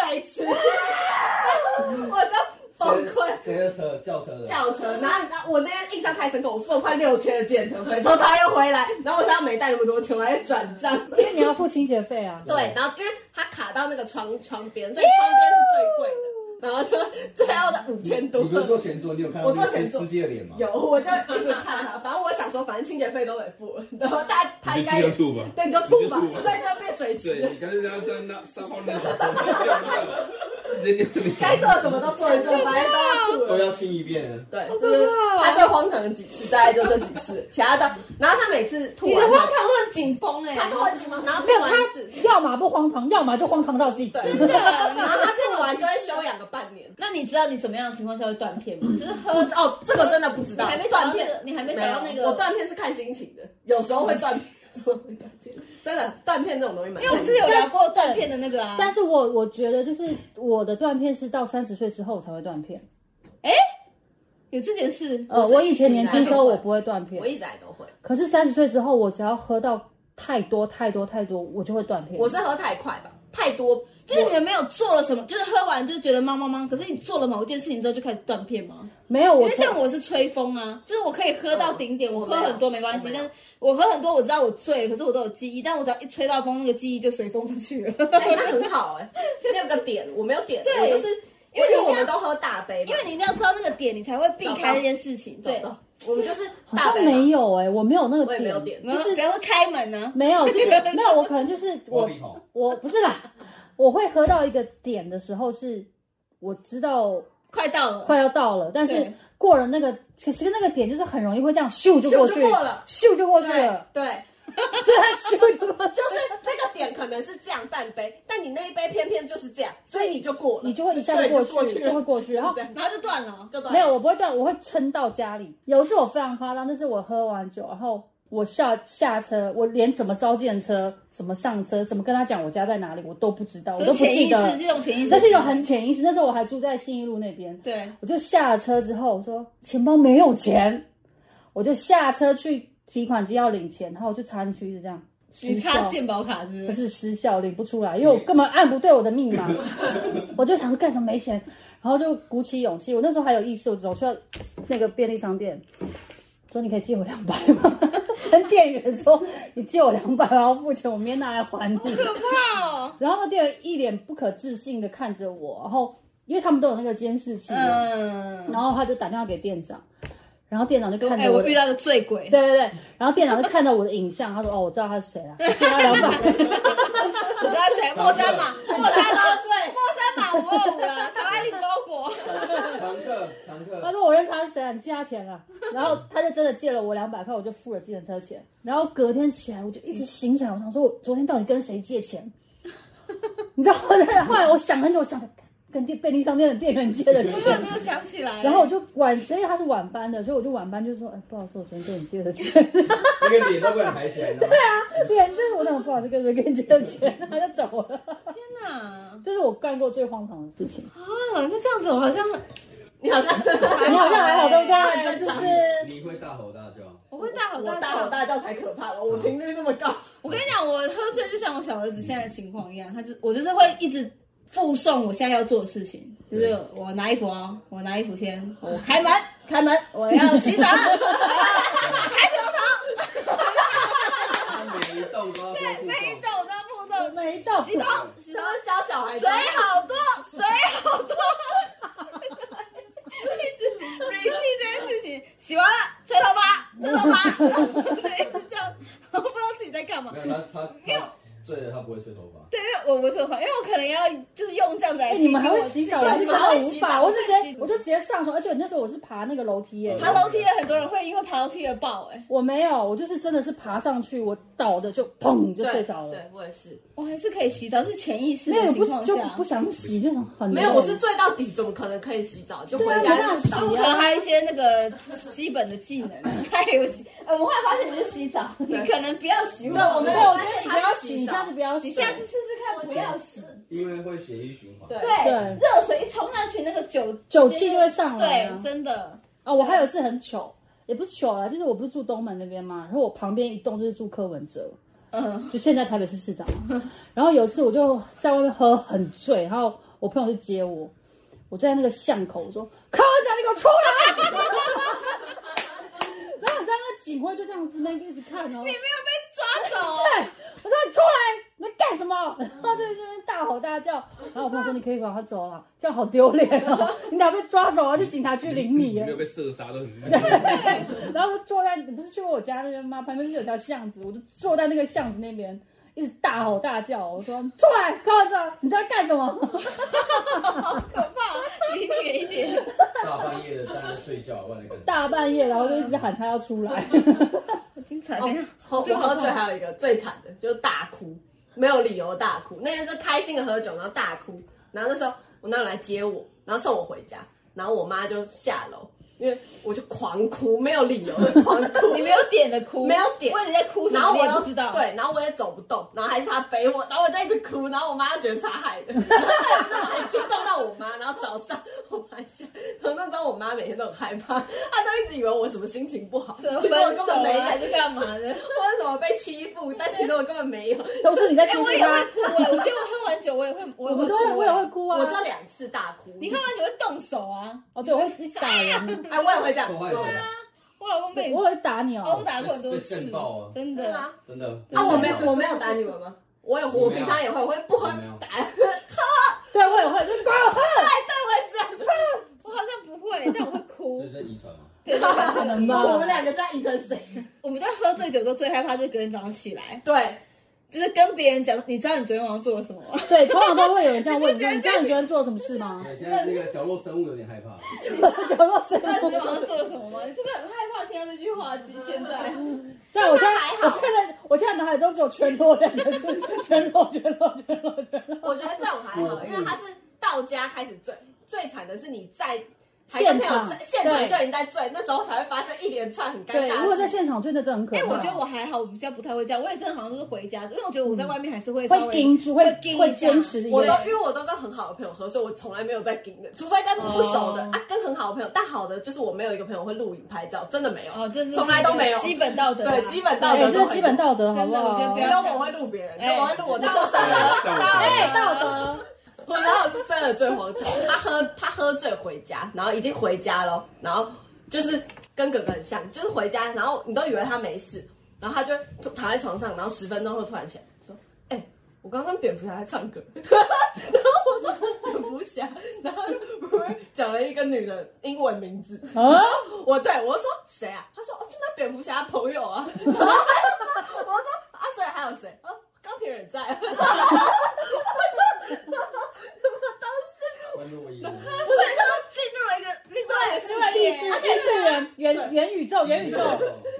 [SPEAKER 6] 水池
[SPEAKER 1] 对对对，变水池，我就崩溃。
[SPEAKER 5] 谁的车？轿车的。
[SPEAKER 1] 轿车，然后你知道我那天印象太深刻，我付了快六千的检车费，然后他又回来，然后我身上没带那么多钱，我还转账。
[SPEAKER 3] 因为你要付清洁费啊。
[SPEAKER 1] 对，然后因为他卡到那个窗窗边，所以窗边是最贵的，然后就最后的五千多
[SPEAKER 5] 你。不是坐前座，你有看到
[SPEAKER 1] 我坐
[SPEAKER 5] 那个
[SPEAKER 1] 前座
[SPEAKER 5] 司机的脸吗？
[SPEAKER 1] 有，我就一直看他，反正我想说，反正清洁费都得付，然后他他
[SPEAKER 4] 你
[SPEAKER 1] 应
[SPEAKER 4] 就
[SPEAKER 1] 该
[SPEAKER 4] 记
[SPEAKER 1] 也
[SPEAKER 4] 得吐吧。
[SPEAKER 1] 对你就吐吧，
[SPEAKER 4] 你就吐吧
[SPEAKER 1] 所以就变水池
[SPEAKER 4] 对，。你刚才让他在那沙发那，直接尿
[SPEAKER 1] 该做的什么都不能做，反正都要 吐了
[SPEAKER 5] 都。要亲一遍了。
[SPEAKER 1] 对，
[SPEAKER 2] 好
[SPEAKER 1] 就
[SPEAKER 2] 可
[SPEAKER 1] 是
[SPEAKER 2] 怕哦
[SPEAKER 1] 他最荒唐的几次，大概就这几次，其他的。然后他每次吐
[SPEAKER 2] 你的
[SPEAKER 1] 完
[SPEAKER 2] 荒
[SPEAKER 1] 他，
[SPEAKER 2] 唐都很紧绷哎，
[SPEAKER 1] 他吐完几毛，然后
[SPEAKER 3] 没
[SPEAKER 1] 吐
[SPEAKER 3] 有
[SPEAKER 1] 完
[SPEAKER 3] 他
[SPEAKER 1] 一次，，
[SPEAKER 3] 要么不荒唐，要么就荒唐到底。
[SPEAKER 1] 对，
[SPEAKER 2] 真的。
[SPEAKER 1] 然后他吐完就会休养个半年。
[SPEAKER 2] 那你知道你什么样的情况下会断片吗？嗯就是
[SPEAKER 1] 不
[SPEAKER 2] 喝，
[SPEAKER 1] 哦，这个真的不知
[SPEAKER 2] 你
[SPEAKER 1] 道
[SPEAKER 2] 还没，找
[SPEAKER 1] 断
[SPEAKER 2] 到那
[SPEAKER 1] 片
[SPEAKER 2] 个，你还没找到那个
[SPEAKER 1] 我。断片是看心情的，有时候会断片，有时候会断片真的断片这种东西蛮
[SPEAKER 2] 因为我们之前有聊过断片的那个啊，
[SPEAKER 3] 但是我我觉得就是我的断片是到三十岁之后才会断片。
[SPEAKER 2] 有这件事，
[SPEAKER 3] 呃，
[SPEAKER 1] 我是
[SPEAKER 3] 我以前年轻时候
[SPEAKER 1] 一直以来
[SPEAKER 3] 我
[SPEAKER 1] 都会
[SPEAKER 3] 不会断片
[SPEAKER 1] 我，一直来都会，
[SPEAKER 3] 可是三十岁之后，我只要喝到太多太多太多，我就会断片。
[SPEAKER 1] 我是喝太快吧，太多，
[SPEAKER 2] 就是你们没有做了什么，就是喝完就觉得懵懵懵，可是你做了某一件事情之后就开始断片吗？
[SPEAKER 3] 没有
[SPEAKER 2] 因
[SPEAKER 3] 我
[SPEAKER 2] 为像我是吹风啊，就是我可以喝到顶点，
[SPEAKER 1] 嗯
[SPEAKER 2] 我喝很多没关
[SPEAKER 1] 我
[SPEAKER 2] 系，
[SPEAKER 1] 没有
[SPEAKER 2] 但我喝很多我知道我醉了，可是我都有记忆，但我只要一吹到风，那个记忆就随风出去了。
[SPEAKER 1] 哎，那很好哎，那有个点我没有点，
[SPEAKER 2] 对
[SPEAKER 1] 我就是因
[SPEAKER 2] 为你
[SPEAKER 1] 为
[SPEAKER 2] 一定要
[SPEAKER 1] 我们都喝大杯嘛，
[SPEAKER 2] 因为你一定要知道那个点，你才会避开这件事情。对，
[SPEAKER 1] 懂懂我们就是
[SPEAKER 3] 好
[SPEAKER 1] 大
[SPEAKER 3] 像
[SPEAKER 1] 杯嘛
[SPEAKER 3] 没嗯有哎、我没有那个
[SPEAKER 1] 我也没有点。
[SPEAKER 2] 然后比方说开门啊呢、
[SPEAKER 3] 没有， 就是没有，我可能就是
[SPEAKER 5] 我
[SPEAKER 3] 我
[SPEAKER 5] 鼻孔。
[SPEAKER 3] 我不是啦，我会喝到一个点的时候是，我知道
[SPEAKER 2] 快到了，
[SPEAKER 3] 快要到了，但是
[SPEAKER 2] 对
[SPEAKER 3] 过了那个，其实那个点就是很容易会这样咻就过去，
[SPEAKER 1] 咻就过了，
[SPEAKER 3] 咻就过去
[SPEAKER 1] 对
[SPEAKER 3] 了，
[SPEAKER 1] 对，
[SPEAKER 3] 就它咻就过去，
[SPEAKER 1] 就是这个点可能是这样半杯，但你那一杯偏偏就是这样，所以你就过了，
[SPEAKER 3] 你就会一下就
[SPEAKER 1] 对
[SPEAKER 3] 过
[SPEAKER 1] 就过
[SPEAKER 3] 去，
[SPEAKER 1] 去
[SPEAKER 3] 就会过去，然后
[SPEAKER 1] 这。样
[SPEAKER 2] 然后就断了。
[SPEAKER 1] 就断
[SPEAKER 3] 没
[SPEAKER 1] 了
[SPEAKER 3] 有，我不会断，我会撑到家里。有一次我非常夸张，那是我喝完酒，然后我下下车，我连怎么招见车、怎么上车、怎么跟他讲我家在哪里，我都不知道，我都
[SPEAKER 2] 这
[SPEAKER 3] 不
[SPEAKER 2] 是潜
[SPEAKER 3] 记
[SPEAKER 2] 意
[SPEAKER 3] 得
[SPEAKER 2] 识，
[SPEAKER 3] 了。
[SPEAKER 2] 这种潜意识，
[SPEAKER 3] 那是一种很潜意识。那时候我还住在信义路那边，
[SPEAKER 2] 对。
[SPEAKER 3] 我就下了车之后，我说钱包没有钱，我就下车去提款机要领钱，然后我就插进去，一直这样失
[SPEAKER 2] 你插
[SPEAKER 3] 效，
[SPEAKER 2] 鉴宝卡是不
[SPEAKER 3] 不
[SPEAKER 2] 是？
[SPEAKER 3] 是失效，领不出来，因为我
[SPEAKER 2] 嗯
[SPEAKER 3] 根本按不对我的密 码，我就想说干什么没钱，然后就鼓起勇气，我那时候还有意识，我走去到那个便利商店，说你可以借我两百 吗？跟店员说你借我两百，然后付钱，我明天拿来还你。
[SPEAKER 2] 可怕 哦！
[SPEAKER 3] 然后那店员一脸不可置信的看着我，然后因为他们都有那个监视器嘛，
[SPEAKER 2] 嗯，
[SPEAKER 3] 然后他就打电话给店长，然后店长就看
[SPEAKER 2] 哎，
[SPEAKER 3] 着我
[SPEAKER 2] 我
[SPEAKER 3] 的，
[SPEAKER 2] 遇到个醉鬼，
[SPEAKER 3] 对对对，然后店长就看到我的影像，他说：“哦，我知道他是谁了，我借他两百。
[SPEAKER 2] 我知道谁，莫三马，莫三马醉，莫三马五二五了，唐爱丽包裹，
[SPEAKER 5] 常客，常”
[SPEAKER 3] 他
[SPEAKER 5] 客。
[SPEAKER 3] 说：“我认识他是谁啊？你借他钱了。”然后他就真的借了我两百块，我就付了计程车钱。然后隔天起来，我就一直心想，我想说，我昨天到底跟谁借钱？ 你知道，我真的后来我想很久，我想着干跟店便利商店的店员借了
[SPEAKER 2] 我有
[SPEAKER 3] 钱
[SPEAKER 2] 没。有想起来？
[SPEAKER 3] 然后我就晚，所以他是晚班的，所以我就晚班就说，哎，不好意思，我昨天跟你借的钱，
[SPEAKER 5] 那个脸都快抬起来了。对啊，
[SPEAKER 3] 对，就是我那种不好意思，跟跟你借的钱，他就走了。
[SPEAKER 2] 天哪！
[SPEAKER 3] 这是我干过最荒唐的事 情。
[SPEAKER 2] 啊，那这样子我好像
[SPEAKER 1] 你好像
[SPEAKER 3] 你好像还 好，对不对？
[SPEAKER 1] 正
[SPEAKER 3] 是
[SPEAKER 1] 常
[SPEAKER 3] 不是？
[SPEAKER 5] 你会大吼大叫，
[SPEAKER 2] 我会大吼
[SPEAKER 1] 我
[SPEAKER 2] 大
[SPEAKER 1] 大吼
[SPEAKER 2] 叫。
[SPEAKER 1] 大叫才可怕吧？我频率那么高，
[SPEAKER 2] 我跟你讲，我喝醉就像我小儿子现在的情况一样，他就我就是会一直附送我现在要做的事情，就是我拿衣服哦，我拿衣服先，我开门开门，我要洗 澡了，开水龙头，
[SPEAKER 5] 他每一动都要做互
[SPEAKER 2] 每一
[SPEAKER 5] 动。
[SPEAKER 2] 动我都要附送，
[SPEAKER 3] 没到，
[SPEAKER 2] 洗头洗头
[SPEAKER 1] 然后教小孩
[SPEAKER 2] 水好多，水好多。 一直 repeat 这件事情，洗完了，吹头发，吹头 发，对，就这样，我不知道自己在干嘛
[SPEAKER 5] 没。有他他他醉了，他不会吹头发。
[SPEAKER 2] 对，因为我我头发，因为我可能要就是用这样子来
[SPEAKER 3] 哎，
[SPEAKER 2] 提
[SPEAKER 3] 你
[SPEAKER 2] 醒
[SPEAKER 3] 们还
[SPEAKER 2] 我
[SPEAKER 3] 会
[SPEAKER 2] 自
[SPEAKER 3] 洗
[SPEAKER 2] 己。
[SPEAKER 3] 澡，我
[SPEAKER 1] 对
[SPEAKER 3] 是真的无法，我
[SPEAKER 2] 我
[SPEAKER 3] 是
[SPEAKER 2] 会
[SPEAKER 3] 直
[SPEAKER 2] 洗
[SPEAKER 3] 接我就直接上床，而且我那时候我是爬那个楼梯耶，
[SPEAKER 5] 嗯
[SPEAKER 2] 爬楼梯也很多人会因为爬楼梯而爆、哎，
[SPEAKER 3] 我没有，我就是真的是爬上去，我倒的就砰就睡着了，
[SPEAKER 1] 对我也是，
[SPEAKER 2] 我还是可以洗澡，是潜意识
[SPEAKER 3] 没有
[SPEAKER 2] 的情
[SPEAKER 3] 不是
[SPEAKER 2] 况
[SPEAKER 3] 就
[SPEAKER 2] 下
[SPEAKER 3] 不。想洗，就是很
[SPEAKER 1] 没有，我
[SPEAKER 3] 累
[SPEAKER 1] 是醉到底，怎么可能可以洗澡？就回
[SPEAKER 3] 对啊
[SPEAKER 1] 家
[SPEAKER 3] 没办
[SPEAKER 1] 就
[SPEAKER 3] 法
[SPEAKER 1] 洗
[SPEAKER 2] 我
[SPEAKER 3] 洗
[SPEAKER 2] 可
[SPEAKER 3] 啊
[SPEAKER 2] 能还有一些那个基本的技能，他也有洗。 呃，我后来发现你是洗澡，你可能不要洗我。
[SPEAKER 1] 对我
[SPEAKER 3] 没
[SPEAKER 1] 没
[SPEAKER 3] 有，
[SPEAKER 1] 有
[SPEAKER 3] 我觉得你不要
[SPEAKER 1] 他是
[SPEAKER 3] 洗，
[SPEAKER 1] 洗
[SPEAKER 3] 你
[SPEAKER 1] 澡
[SPEAKER 3] 下次不要洗
[SPEAKER 2] 你。下次试试看，不要洗。
[SPEAKER 5] 因为会血液循环。
[SPEAKER 1] 对
[SPEAKER 2] 对
[SPEAKER 3] 对，
[SPEAKER 2] 热水一冲上去，那个酒
[SPEAKER 3] 酒气就会上来啊
[SPEAKER 2] 对，真的。
[SPEAKER 3] 啊，我还有一次很糗，也不是糗啦，就是我不是住东门那边嘛，然后我旁边一栋就是住柯文哲，
[SPEAKER 2] 嗯，
[SPEAKER 3] 就现在台北市市长嘛。然后有一次我就在外面喝很醉，然后我朋友去接我，我就在那个巷口我说：“柯文哲，你给我出来！” 然后你知道那警徽就这样子，那个一直看哦，
[SPEAKER 2] 你没有被抓 走，
[SPEAKER 3] 我说你出来，你在干什么？ 然后就在这边大吼大叫。然后我朋友说：“你可以赶快走了，这样好丢脸哦，你等下被抓走啊，去警察局领你
[SPEAKER 4] 你
[SPEAKER 3] 耶
[SPEAKER 4] 没。有被射杀都很厉害。
[SPEAKER 3] 然后就坐在，你不是去过我家那边吗？旁边不是有条巷子，我就坐在那个巷子那边，一直大吼大叫，我说出来，靠着，你在干什么？
[SPEAKER 2] 好可怕！离你远一点。
[SPEAKER 5] 大半夜的站着睡觉，外面干什么？
[SPEAKER 3] 大半夜，然后就一直喊他要出来。
[SPEAKER 2] 精
[SPEAKER 3] 啊
[SPEAKER 2] 彩，
[SPEAKER 1] 哦
[SPEAKER 2] 等一下，
[SPEAKER 1] 喝我喝醉还有一个最惨的，就是大哭，没有理由大哭。那天是开心的喝酒，然后大哭，然后那时候我男友来接我，然后送我回家，然后我妈就下楼，因为我就狂哭，没有理由的狂哭
[SPEAKER 2] 你。没有点的哭，
[SPEAKER 1] 没有点
[SPEAKER 2] 问你在哭什
[SPEAKER 1] 然
[SPEAKER 2] 么，
[SPEAKER 1] 后
[SPEAKER 2] 你
[SPEAKER 1] 我
[SPEAKER 2] 也
[SPEAKER 1] 又
[SPEAKER 2] 不知道。
[SPEAKER 1] 对，然后我也走不动，然后还是他背我，然后我在一直哭，然后我妈就觉得他害的， 还惊动到我妈，然后早上我妈下，从那之后我妈每天都很害怕，她都一直以为我什么心情不好，其
[SPEAKER 2] 什
[SPEAKER 1] 实
[SPEAKER 2] 么
[SPEAKER 1] 我
[SPEAKER 2] 分
[SPEAKER 1] 根
[SPEAKER 2] 手
[SPEAKER 1] 本没
[SPEAKER 2] 啊
[SPEAKER 1] 有
[SPEAKER 2] 还，是干嘛的？
[SPEAKER 1] 或者什么被欺负，但其实我根本没有。
[SPEAKER 3] 都是你在欺
[SPEAKER 2] 哎，
[SPEAKER 3] 负
[SPEAKER 2] 我也会
[SPEAKER 3] 他，
[SPEAKER 2] 哭，哎我觉得我喝完酒，我也会，我
[SPEAKER 3] 我
[SPEAKER 2] 也
[SPEAKER 3] 们
[SPEAKER 2] 会
[SPEAKER 3] 都会，
[SPEAKER 2] 哭，
[SPEAKER 3] 我也会。哭啊。
[SPEAKER 1] 我就两次大哭。
[SPEAKER 2] 你喝完酒会动手啊？
[SPEAKER 3] 哦，对，我会一直打人，
[SPEAKER 1] 哎，我也会这样。
[SPEAKER 5] 我也会
[SPEAKER 1] 啊，
[SPEAKER 2] 我老公被
[SPEAKER 3] 我会打你
[SPEAKER 2] 殴
[SPEAKER 3] 哦。
[SPEAKER 2] 打过很多次
[SPEAKER 5] 被被震爆啊，
[SPEAKER 2] 真
[SPEAKER 1] 对
[SPEAKER 2] 的。
[SPEAKER 1] 吗？
[SPEAKER 5] 真的。
[SPEAKER 1] 啊，我没有，我没有打你们吗？我有，我平常也会，我会不喝
[SPEAKER 5] 我没有
[SPEAKER 1] 打。
[SPEAKER 3] 对，我也会，就是滚。
[SPEAKER 2] 我好像不会，但我会哭
[SPEAKER 5] 这。是遗传吗？
[SPEAKER 2] 对，对对 对
[SPEAKER 3] 能吧
[SPEAKER 1] 我们两个在遗传谁？
[SPEAKER 2] 我们在喝醉酒之后最害怕就是隔天早上起来，
[SPEAKER 1] 对，
[SPEAKER 2] 就是跟别人讲，你知道你昨天晚上做了什么 吗？
[SPEAKER 3] 对，通常都会有人这 样问你说：“你知道你昨天做了什么事吗
[SPEAKER 5] 对，现在那个角落生物有点害怕。？”
[SPEAKER 3] 角落生
[SPEAKER 2] 你知道你昨
[SPEAKER 3] 物
[SPEAKER 2] 天。晚上做了什 么吗？你真的很害怕听到这句话，其实现在。
[SPEAKER 3] 但我现在，我现在，我现在脑海中只有全裸两个字， 全裸，全裸，全裸，全裸。
[SPEAKER 1] 我觉得这种还好，因为他是到家开始醉，最惨的是你在
[SPEAKER 3] 现
[SPEAKER 1] 还
[SPEAKER 3] 场
[SPEAKER 1] 跟朋友在现场
[SPEAKER 3] 对
[SPEAKER 1] 就已经在醉，那时候才会发生一连串很尴
[SPEAKER 3] 对，
[SPEAKER 1] 尬。
[SPEAKER 3] 如果在，现场真的真的很可
[SPEAKER 2] 哎、
[SPEAKER 3] 怕。
[SPEAKER 2] 我觉得我还好，我比较不太会这样。我也真的好像都是回家，因为我觉得我在外面还是会稍微
[SPEAKER 3] 嗯会盯住，会
[SPEAKER 2] 会盯一下
[SPEAKER 3] 会坚持一下。
[SPEAKER 1] 我都因为我都跟很好的朋友喝，所以我从来没有在盯的，除非跟不熟的
[SPEAKER 2] 哦
[SPEAKER 1] 啊，跟很好的朋友。但好的就是我没有一个朋友会录影拍照，真的没有，
[SPEAKER 2] 哦，真的
[SPEAKER 1] 从来都没有。
[SPEAKER 2] 基本道德啊、
[SPEAKER 1] 对，基本道
[SPEAKER 3] 哎，
[SPEAKER 1] 德
[SPEAKER 3] 这
[SPEAKER 1] 都
[SPEAKER 3] 是
[SPEAKER 1] 很
[SPEAKER 3] 基本道德，好哎
[SPEAKER 2] 真的
[SPEAKER 3] 好？
[SPEAKER 2] 我觉得不
[SPEAKER 1] 只
[SPEAKER 2] 要
[SPEAKER 1] 有我会录别人，只有我会录我的。
[SPEAKER 2] 哎
[SPEAKER 3] 道德。
[SPEAKER 1] 我然后真的最荒唐，他喝他喝醉回家，然后已经回家了，然后就是跟哥哥很像，就是回家，然后你都以为他没事，然后他就躺在床上，然后十分钟后突然起来说：“哎、我刚刚蝙蝠侠在唱歌。” 然后我说蝙蝠侠，然后我讲了一个女的英文名字，
[SPEAKER 3] 啊！
[SPEAKER 1] 我对我说谁啊？他说哦，就那蝙蝠侠朋友啊。 然后他就我说啊，谁还有谁？哦，钢铁人在。 我说
[SPEAKER 5] 关注我一眼。
[SPEAKER 1] 不是，
[SPEAKER 2] 进入了一个另外一个世界，
[SPEAKER 3] 意识
[SPEAKER 1] 而且
[SPEAKER 3] 意识元元元宇宙元宇宙，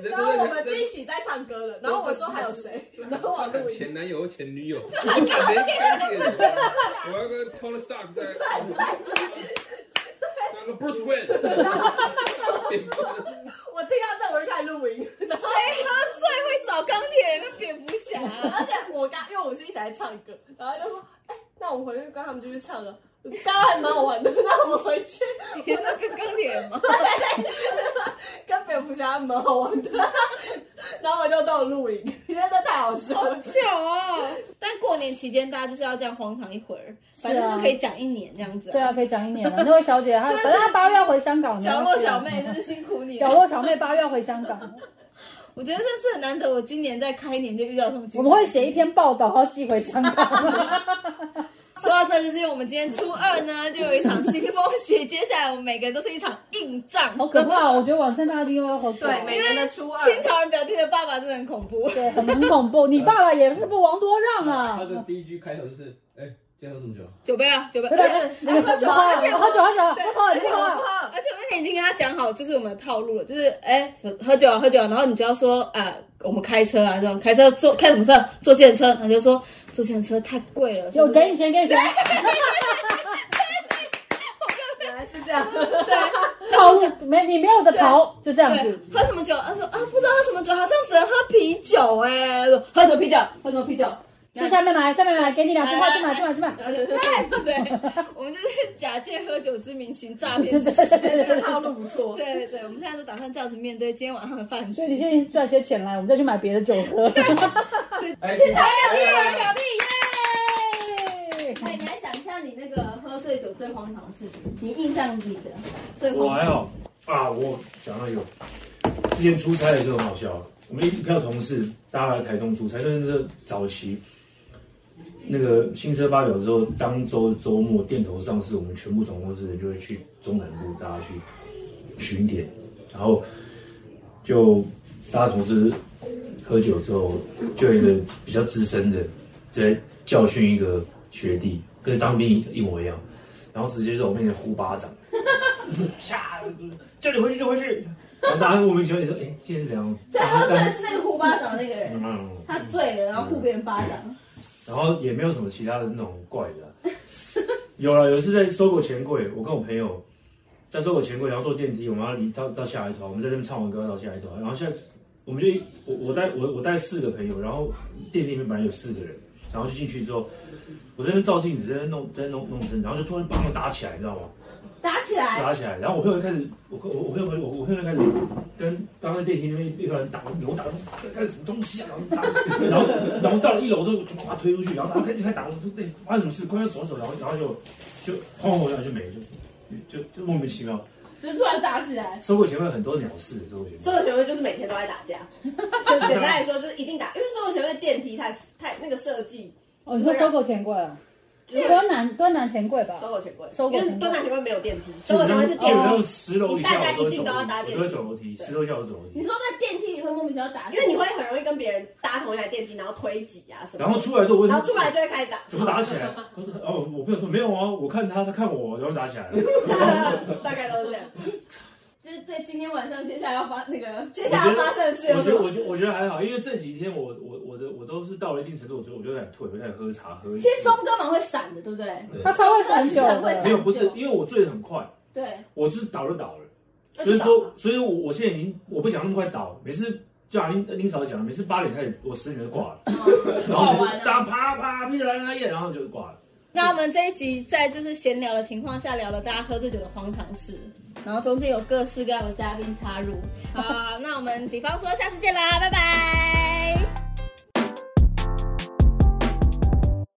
[SPEAKER 1] 然后我们是一起在唱歌的，然后我说还有谁，然后我录 音，
[SPEAKER 4] 前男友、前女友，我要跟 Tony Stark 在，那个 Bruce Wayne，
[SPEAKER 1] 我听到这我就开始录音，然后
[SPEAKER 2] 谁喝醉会找钢铁人跟蝙蝠侠啊？
[SPEAKER 1] 而且我刚因为我们是一起来唱歌，然后就说，哎，那我们回去跟他们继续唱了，大家还蛮好玩的，那我们回去
[SPEAKER 2] 你说跟钢铁人吗？
[SPEAKER 1] 跟蝙蝠侠还蛮好玩的，然后我就都有录影，因为这太好笑
[SPEAKER 2] 好
[SPEAKER 1] 了。
[SPEAKER 2] 巧哦！但过年期间大家就是要这样荒唐一会儿，反正就可以讲一年这样子、
[SPEAKER 3] 对啊，，可以讲一年了。那位小姐，她反正她八月要回香港，
[SPEAKER 2] 角落小
[SPEAKER 3] 没关
[SPEAKER 2] 妹
[SPEAKER 3] 系
[SPEAKER 2] 真是辛苦你
[SPEAKER 3] 啊，角
[SPEAKER 2] 了。
[SPEAKER 3] 落小妹八月要回 香港，
[SPEAKER 2] 我觉得这次很难得，我今年在开年就遇到这么。
[SPEAKER 3] 我们会写一。篇报道，然后寄回香港。
[SPEAKER 2] 说到这，就是因为我们今天初二呢，就有一场腥风血，接下来我们每个人都是一场硬仗。
[SPEAKER 3] 好可怕！我觉得晚上大家又要好啊
[SPEAKER 1] 对，每年的初二，
[SPEAKER 2] 清朝人表弟的爸爸真的很恐怖。
[SPEAKER 3] 对，很很恐怖。你爸爸也是不遑多让啊
[SPEAKER 5] 他。的第一句开头就是，哎，今天喝什么酒？
[SPEAKER 2] 酒杯啊，酒杯。
[SPEAKER 3] 对
[SPEAKER 2] 而且
[SPEAKER 3] 对，
[SPEAKER 1] 哎
[SPEAKER 3] 那个喝酒，
[SPEAKER 1] 啊
[SPEAKER 3] 喝酒，喝酒，不喝，
[SPEAKER 2] 对
[SPEAKER 3] 不
[SPEAKER 1] 不
[SPEAKER 3] 喝。
[SPEAKER 1] 喝
[SPEAKER 2] 而且我那天已经跟他讲好，就是我们的套路了，就是哎、喝酒啊喝酒啊，然后你就要说啊我们开车啊这种开车坐开什么车坐电车，他就说坐电车太贵了，
[SPEAKER 3] 有
[SPEAKER 2] 是不是
[SPEAKER 3] 给你钱，给你钱。
[SPEAKER 1] 原来是这样。
[SPEAKER 3] 套路没你没有的逃，就这样
[SPEAKER 2] 对
[SPEAKER 3] 子。
[SPEAKER 2] 喝什么酒？他说啊不知道喝什么酒，好像只能喝啤酒哎、喝什么啤酒？喝什么啤酒？
[SPEAKER 3] 去下面买，下面买，给你两千块，去买，去买，去买。
[SPEAKER 2] 然后就太不对，我们就是假借喝酒之名行诈骗之实。
[SPEAKER 1] 这个套路不错。
[SPEAKER 2] 对对对，我们现在都打算这样子面对今天晚上的饭局
[SPEAKER 3] 所以。你现在赚些钱来，我们再去买别的酒 喝。
[SPEAKER 5] 哎，现在
[SPEAKER 2] 清朝人表弟耶！
[SPEAKER 6] 哎，你来讲一下你那个喝醉酒最荒唐的事情，你印象里的最
[SPEAKER 7] 我
[SPEAKER 6] 荒
[SPEAKER 7] 还好啊，我讲到有，之前出差的时候很好笑，我们一票同事大家来台东出差，但是早期那个新车发表之后，当周周末店头上市，我们全部总公司人就会去中南部，大家去巡点，然后就大家同事喝酒之后，就有一个比较资深的在教训一个学弟，跟当兵一模一样，然后直接在我面前呼巴掌。啪，叫你回去就回去。然后大家我们小姐说，哎、现在是怎 样？
[SPEAKER 6] 所以喝醉的是那个胡巴掌那个人，
[SPEAKER 7] 嗯，
[SPEAKER 6] 他醉了，然后呼别人巴掌。
[SPEAKER 7] 然后也没有什么其他的那种怪的、啊 有啊了，有一次在搜狗钱柜，我跟我朋友在搜狗钱柜，然后坐电梯，我们要离到到下一头，我们在这边唱完歌到下一头，然后现在我们就一我我带我我带四个朋友，然后电梯里面本来有四个人，然后就进去之后，我在那边照镜子，在那边弄在那弄弄针，然后就突然砰打起来，你知道吗？
[SPEAKER 6] 打起来，
[SPEAKER 7] 打起来，然后我朋友就开始，我我我朋友我我朋友就开始跟刚刚电梯那边一个人打扭打，干干什么东西啊？然后打，然后然后到了一楼之后，我就把他推出去，然后他开始开始打，我说对，发生什么事？快要走走，然后然后就就晃晃然后就没了，就就就莫名其妙。
[SPEAKER 6] 就突然打起来。
[SPEAKER 7] 收购前面很多鸟事，收购前
[SPEAKER 1] 所
[SPEAKER 7] 面。
[SPEAKER 1] 有学会就是每天都在打架，就简单来说就是一定打，因为所有学会的电梯太太那个设计，
[SPEAKER 3] 哦，你说收购钱柜啊？
[SPEAKER 1] 就是
[SPEAKER 3] 端南端南钱柜吧？
[SPEAKER 1] 搜狗钱柜，
[SPEAKER 3] 搜狗
[SPEAKER 1] 因
[SPEAKER 3] 钱
[SPEAKER 1] 为
[SPEAKER 3] 柜
[SPEAKER 1] 敦南钱柜没有电梯，搜狗钱柜是
[SPEAKER 7] 基
[SPEAKER 1] 电
[SPEAKER 7] 本
[SPEAKER 1] 梯，
[SPEAKER 7] 上十楼以下我都会走，我都会走楼梯，十楼以下我走楼
[SPEAKER 6] 你
[SPEAKER 7] 梯。
[SPEAKER 6] 说在电梯里会莫名其妙打起
[SPEAKER 1] 因
[SPEAKER 6] 来，
[SPEAKER 1] 为你会很容易跟别人搭同一台电梯，然后推挤啊什么的，
[SPEAKER 7] 然后出来之后，我
[SPEAKER 1] 然后出来就会开始 打，
[SPEAKER 7] 怎么打起来？哦，我朋友说没有啊，我看他，他看我，然后打起来了。
[SPEAKER 1] 大概都是这样。
[SPEAKER 6] 就是对今天晚上接下来要发那个
[SPEAKER 1] 接下来发生的事有
[SPEAKER 7] 我
[SPEAKER 1] 什
[SPEAKER 7] 觉得，
[SPEAKER 1] 么？
[SPEAKER 7] 我觉得，我觉得还好，因为这几天我我我的我都是到了一定程度，我觉得我就在退，我在喝茶喝。
[SPEAKER 2] 其实钟哥蛮会闪的，对不对？
[SPEAKER 3] 他超会散酒
[SPEAKER 6] 他会
[SPEAKER 3] 的
[SPEAKER 7] 没
[SPEAKER 6] 散。
[SPEAKER 7] 有不是，因为我醉得很快，
[SPEAKER 6] 对，
[SPEAKER 7] 我就是倒就倒了，所以说，所以我我现在已经我不想那么快倒，每次。就像林林嫂讲的，每次八点开始，我十点就挂了，然后我就大家啪啪噼里啪啦然后就挂了。
[SPEAKER 2] 那我们这一集在就是闲聊的情况下聊了大家喝醉酒的荒唐事，然后中间有各式各样的嘉宾插入。好，那我们比方说下次见啦，拜拜。